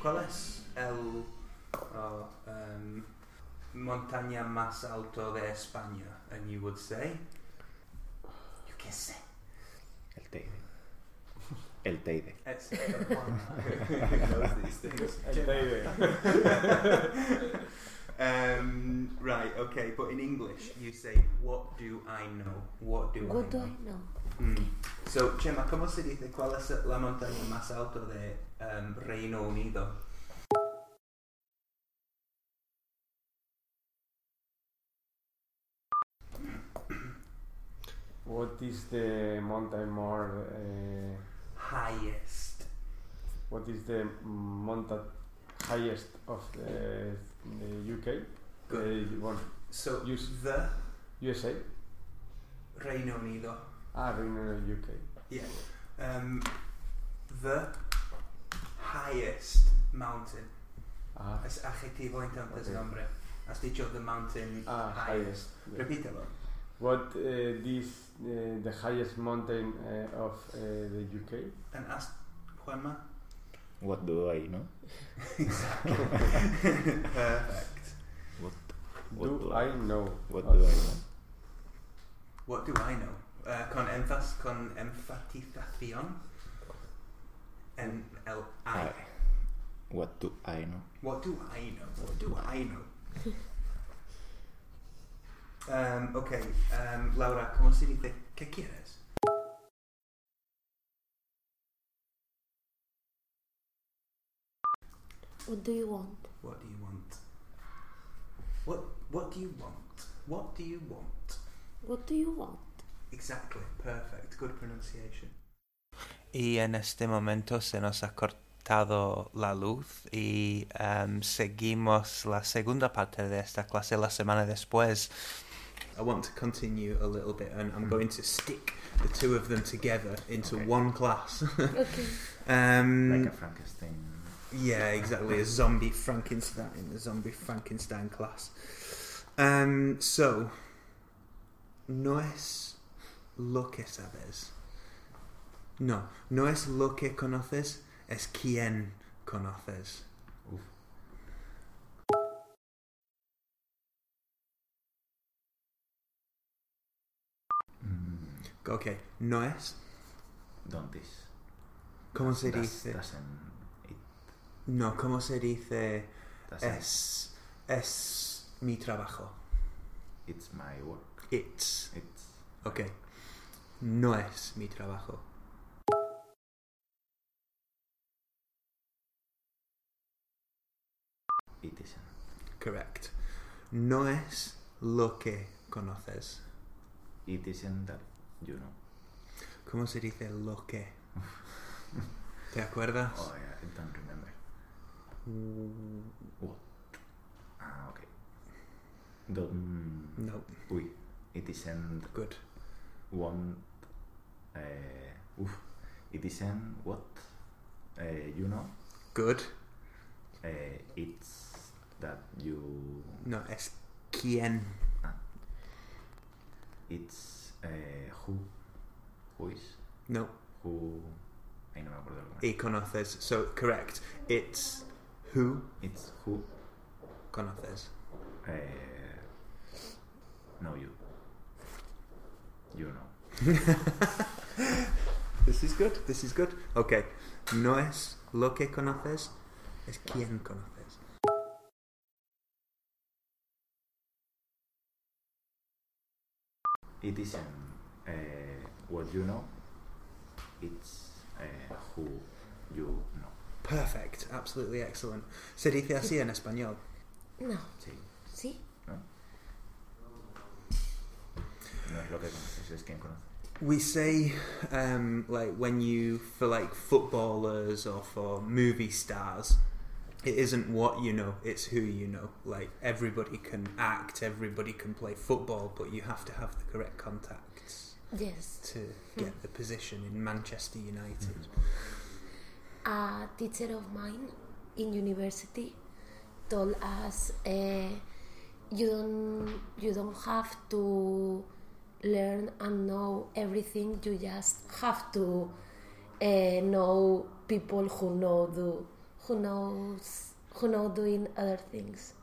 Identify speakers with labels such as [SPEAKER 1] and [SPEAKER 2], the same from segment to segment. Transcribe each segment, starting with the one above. [SPEAKER 1] ¿Cuál es el oh, um, montaña más alto de España? And you would say, yo qué sé.
[SPEAKER 2] El Teide. El Teide.
[SPEAKER 1] It's um, right, okay, but in English you say, what do I know? What do
[SPEAKER 3] What
[SPEAKER 1] I
[SPEAKER 3] do
[SPEAKER 1] know?
[SPEAKER 3] I know?
[SPEAKER 1] Mm. So, Chema, ¿cómo se dice cuál es la montaña más alta de em, Reino Unido?
[SPEAKER 4] What is the mountain more? Uh,
[SPEAKER 1] Highest.
[SPEAKER 4] what is the mountain highest of the, the Eh, UK? The one
[SPEAKER 1] So,
[SPEAKER 4] Use-
[SPEAKER 1] the
[SPEAKER 4] USA.
[SPEAKER 1] Reino Unido.
[SPEAKER 4] Ah, Reino Unido, UK.
[SPEAKER 1] Yeah. Um, the highest mountain.
[SPEAKER 4] Ah,
[SPEAKER 1] Es adjetivo, entonces
[SPEAKER 4] Ok.
[SPEAKER 1] nombre. Has dicho the mountain
[SPEAKER 4] ah
[SPEAKER 1] highest.
[SPEAKER 4] highest. yeah.
[SPEAKER 1] Repítelo.
[SPEAKER 4] What uh, this uh, the highest mountain uh, of uh, the UK?
[SPEAKER 1] And ask Juanma.
[SPEAKER 2] What do I know?
[SPEAKER 1] exactly. Perfect.
[SPEAKER 2] What, what
[SPEAKER 4] Do I know?
[SPEAKER 2] What
[SPEAKER 4] Oh,
[SPEAKER 2] do I know?
[SPEAKER 1] What do I know? Uh, con enfas, con enfatización en el I.
[SPEAKER 2] I- What do I know?
[SPEAKER 1] What do I know? What do I know? um, okay, um, Laura, ¿cómo se dice qué quieres?
[SPEAKER 3] What do you want?
[SPEAKER 1] What do you want? What What do you want? What do you want?
[SPEAKER 3] What do you want?
[SPEAKER 1] Exactly, perfect, good pronunciation. Y en este momento se nos ha cortado la luz y em, seguimos la segunda parte de esta clase la semana después. Mm. I want to continue a little bit and I'm going to stick the two of them together into
[SPEAKER 2] Okay.
[SPEAKER 1] one class.
[SPEAKER 3] Okay.
[SPEAKER 2] Like
[SPEAKER 1] um,
[SPEAKER 2] a Frankenstein.
[SPEAKER 1] yeah, exactly. A zombie Frankenstein, a zombie Frankenstein class. Um, so, no es lo que sabes. No, no es lo que conoces, es quien conoces.
[SPEAKER 2] Mm,
[SPEAKER 1] Okay, no es.
[SPEAKER 2] don't this.
[SPEAKER 1] ¿Cómo se
[SPEAKER 2] Does-
[SPEAKER 1] dice?
[SPEAKER 2] Doesn't it?
[SPEAKER 1] No, ¿cómo se dice? Eh.
[SPEAKER 2] Doesn't.
[SPEAKER 1] Es, es mi trabajo.
[SPEAKER 2] It's my work.
[SPEAKER 1] It's.
[SPEAKER 2] It's.
[SPEAKER 1] Ok. No es mi trabajo.
[SPEAKER 2] It isn't.
[SPEAKER 1] Correct. No es lo que conoces.
[SPEAKER 2] It isn't that you know.
[SPEAKER 1] ¿Cómo se dice lo que? ¿Te acuerdas? Mm,
[SPEAKER 2] Oh, yeah, I don't remember. Ah, okay. mm, Don't.
[SPEAKER 1] No,
[SPEAKER 2] Uy. It isn't
[SPEAKER 1] Mm. good.
[SPEAKER 2] one. Uh, oof. It isn't what? Uh, you know.
[SPEAKER 1] Good.
[SPEAKER 2] Uh, it's that you.
[SPEAKER 1] No, es quién.
[SPEAKER 2] It's uh, who. Who is?
[SPEAKER 1] No,
[SPEAKER 2] Who. Ay, no me acuerdo. el nombre.
[SPEAKER 1] y conoces. So, correct. It's who
[SPEAKER 2] It's who.
[SPEAKER 1] conoces.
[SPEAKER 2] Uh, no, you. You know.
[SPEAKER 1] This is good. This is good. Okay. No es lo que conoces, es quién conoces.
[SPEAKER 2] It isn't uh, what you know. It's uh, who you know.
[SPEAKER 1] Perfect. Absolutely excellent. Se dice así en español.
[SPEAKER 3] No.
[SPEAKER 2] Sí.
[SPEAKER 3] ¿Sí?
[SPEAKER 2] No es lo que conoces, es quien conoce.
[SPEAKER 1] We say, um, like, when you, for like footballers or for movie stars, it isn't what you know, it's who you know. Like everybody can act, everybody can play football, but you have to have the correct contacts
[SPEAKER 3] Yes.
[SPEAKER 1] to get the position in Manchester United.
[SPEAKER 3] A teacher of mine in university told us uh, you don't you don't have to learn and know everything. You just have to uh, know people who know do who knows who know doing other things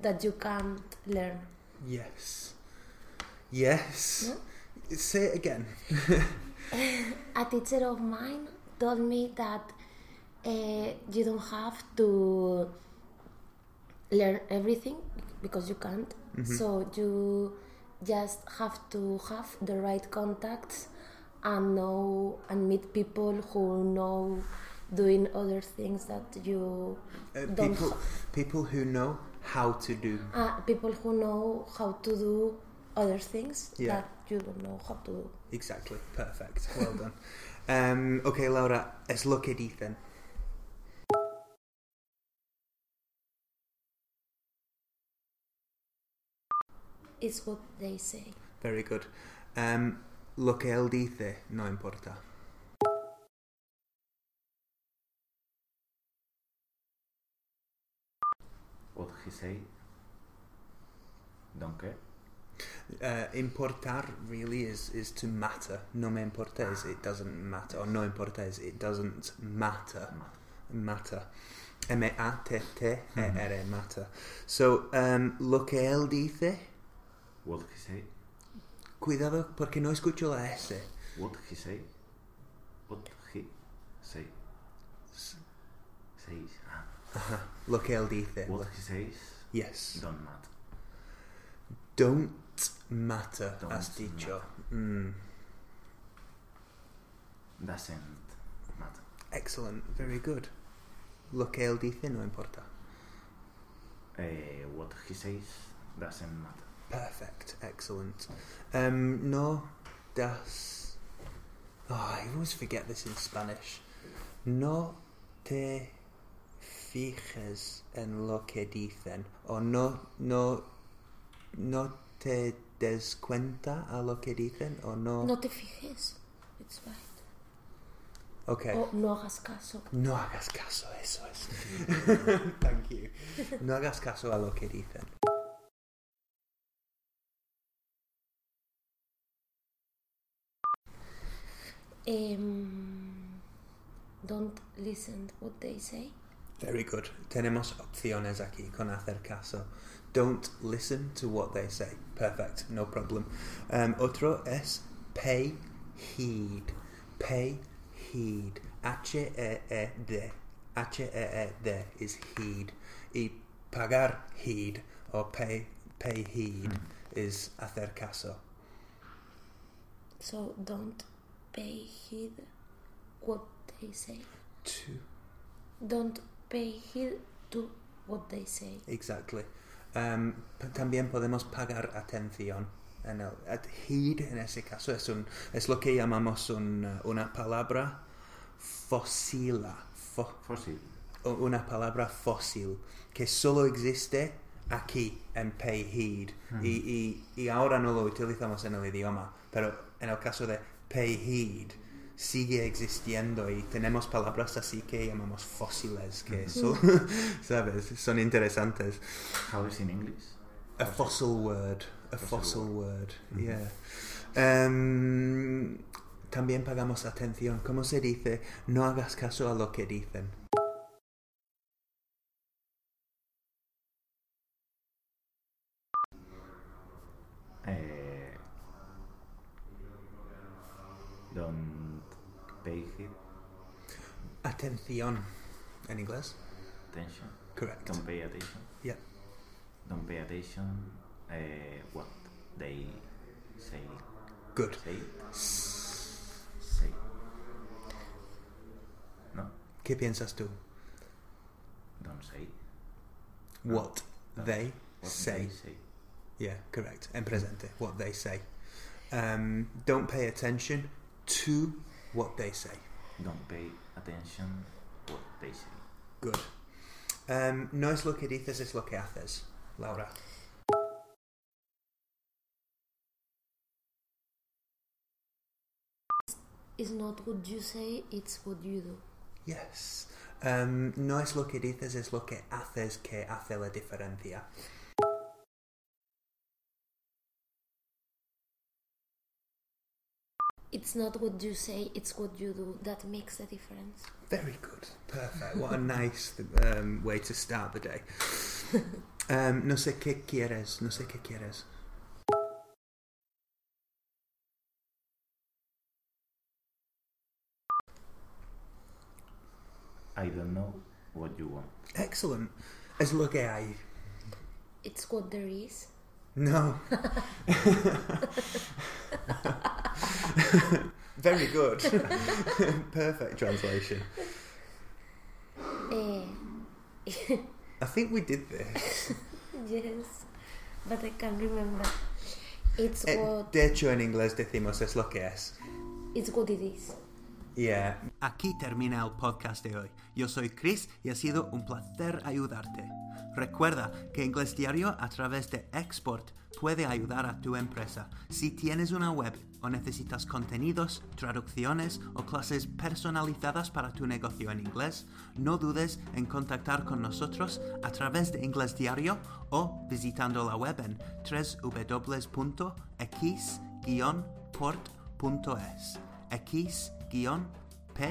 [SPEAKER 3] that you can't learn.
[SPEAKER 1] Yes. Yes. Say it again.
[SPEAKER 3] a teacher of mine told me that uh, you don't have to learn everything because you can't.
[SPEAKER 1] Mm-hmm.
[SPEAKER 3] So you just have to have the right contacts and know and meet people who know doing other things that you
[SPEAKER 1] Uh,
[SPEAKER 3] don't
[SPEAKER 1] people,
[SPEAKER 3] ha-
[SPEAKER 1] people who know how to do.
[SPEAKER 3] uh, people who know how to do other things
[SPEAKER 1] Yeah.
[SPEAKER 3] that you don't know how to do.
[SPEAKER 1] Exactly. Perfect. Well done. Um, okay, Laura, let's look at Ethan.
[SPEAKER 3] It's what they say.
[SPEAKER 1] Very good. Um, lo que él dice no importa.
[SPEAKER 2] What he say? Don't care.
[SPEAKER 1] Uh, importar really is, is to matter. No me importa is it doesn't matter. Or no importa is it doesn't matter. Matter. M-A-T-T-E-R, E
[SPEAKER 2] Mm-hmm.
[SPEAKER 1] matter. So, um, lo que él dice,
[SPEAKER 2] What he say?
[SPEAKER 1] cuidado porque no escucho la S.
[SPEAKER 2] What he say? What he say? Says. Ah.
[SPEAKER 1] Lo que él dice.
[SPEAKER 2] What he says
[SPEAKER 1] Yes.
[SPEAKER 2] don't matter.
[SPEAKER 1] Don't matter,
[SPEAKER 2] Don't
[SPEAKER 1] has dicho. Mm.
[SPEAKER 2] Doesn't matter.
[SPEAKER 1] Excellent, very good. Lo que él dice no importa.
[SPEAKER 2] Eh, what he says doesn't matter.
[SPEAKER 1] Perfect, excellent. Um, no das. Oh, I always forget this in Spanish. No te fijes en lo que dicen, or no no no te des cuenta a lo que dicen, or no.
[SPEAKER 3] No te fijes. It's right.
[SPEAKER 1] Okay.
[SPEAKER 3] O Oh, no hagas caso.
[SPEAKER 1] No hagas caso, eso es. Thank you. No hagas caso a lo que dicen.
[SPEAKER 3] Em, don't listen what they say.
[SPEAKER 1] Very good. Tenemos opciones aquí con hacer caso. Don't listen to what they say. Perfect, no problem. Um, otro es pay heed. Pay heed. E H-E-E-D. H-E-E-D E is heed. Y pagar heed or pay, pay heed is hacer caso.
[SPEAKER 3] So don't pay heed what they say.
[SPEAKER 1] To
[SPEAKER 3] Don't pay heed to what they say.
[SPEAKER 1] Exactly. Um, p- también podemos pagar atención. En el, at- heed en ese caso es, un, es lo que llamamos un, uh, una palabra fosila. Fo-
[SPEAKER 2] Fossil.
[SPEAKER 1] o- una palabra fósil que solo existe aquí en pay heed. Y, y, y ahora no lo utilizamos en el idioma, pero en el caso de pay heed sigue existiendo y tenemos palabras así que llamamos fósiles que son, ¿sabes? Son interesantes.
[SPEAKER 2] How is in English?
[SPEAKER 1] A fossil word. A
[SPEAKER 2] Fossil
[SPEAKER 1] fossil word. Mm-hmm. Yeah. Em, también pagamos atención. ¿Cómo se dice? No hagas caso a lo que dicen.
[SPEAKER 2] Eh, don't pay it
[SPEAKER 1] Atención. En inglés?
[SPEAKER 2] attention.
[SPEAKER 1] Correct.
[SPEAKER 2] Don't pay attention.
[SPEAKER 1] Yeah.
[SPEAKER 2] Don't pay attention. Eh, what they say.
[SPEAKER 1] Good.
[SPEAKER 2] Say.
[SPEAKER 1] S-
[SPEAKER 2] Say. No.
[SPEAKER 1] ¿Qué piensas tú?
[SPEAKER 2] Don't say.
[SPEAKER 1] Ah. What they
[SPEAKER 2] What
[SPEAKER 1] say.
[SPEAKER 2] they say.
[SPEAKER 1] Yeah, correct. En presente. What they say. Um, don't pay attention to what they say.
[SPEAKER 2] Don't pay attention what they say.
[SPEAKER 1] Good. Em, no es lo que dices, es lo que haces, Laura.
[SPEAKER 3] It's not what you say, it's what you do.
[SPEAKER 1] Yes. Um, Em, no es lo que dices, es lo que haces que hace la diferencia.
[SPEAKER 3] It's not what you say, it's what you do that makes the difference.
[SPEAKER 1] Very good. Perfect. What a nice um, way to start the day. Um, no sé qué quieres. No sé qué quieres.
[SPEAKER 2] I don't know what you want.
[SPEAKER 1] Excellent. Es lo que hay.
[SPEAKER 3] It's what there is.
[SPEAKER 1] No. Very good. Perfect translation.
[SPEAKER 3] Eh,
[SPEAKER 1] I think we did this.
[SPEAKER 3] yes, but I can't remember. It's
[SPEAKER 1] Eh,
[SPEAKER 3] what
[SPEAKER 1] De hecho, en inglés decimos es lo que es.
[SPEAKER 3] it's what it is.
[SPEAKER 1] Yeah. Aquí termina el podcast de hoy. Yo soy Chris y ha sido un placer ayudarte. Recuerda que Inglés Diario a través de Export puede ayudar a tu empresa. Si tienes una web o necesitas contenidos, traducciones o clases personalizadas para tu negocio en inglés, no dudes en contactar con nosotros a través de Inglés Diario o visitando la web en www.x-port.es x-port.es.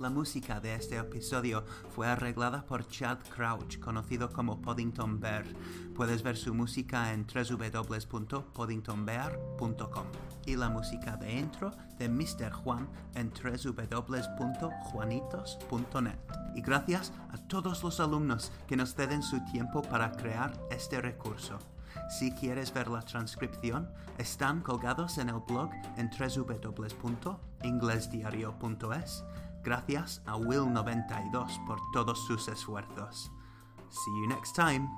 [SPEAKER 1] La música de este episodio fue arreglada por Chad Crouch, conocido como Poddington Bear. Puedes ver su música en www.poddingtonbear.com y la música de intro de Mr. Juan en www.juanitos.net. Y gracias a todos los alumnos que nos ceden su tiempo para crear este recurso. Si quieres ver la transcripción, están colgados en el blog en www.inglesdiario.es. Gracias a Will92 por todos sus esfuerzos. See you next time.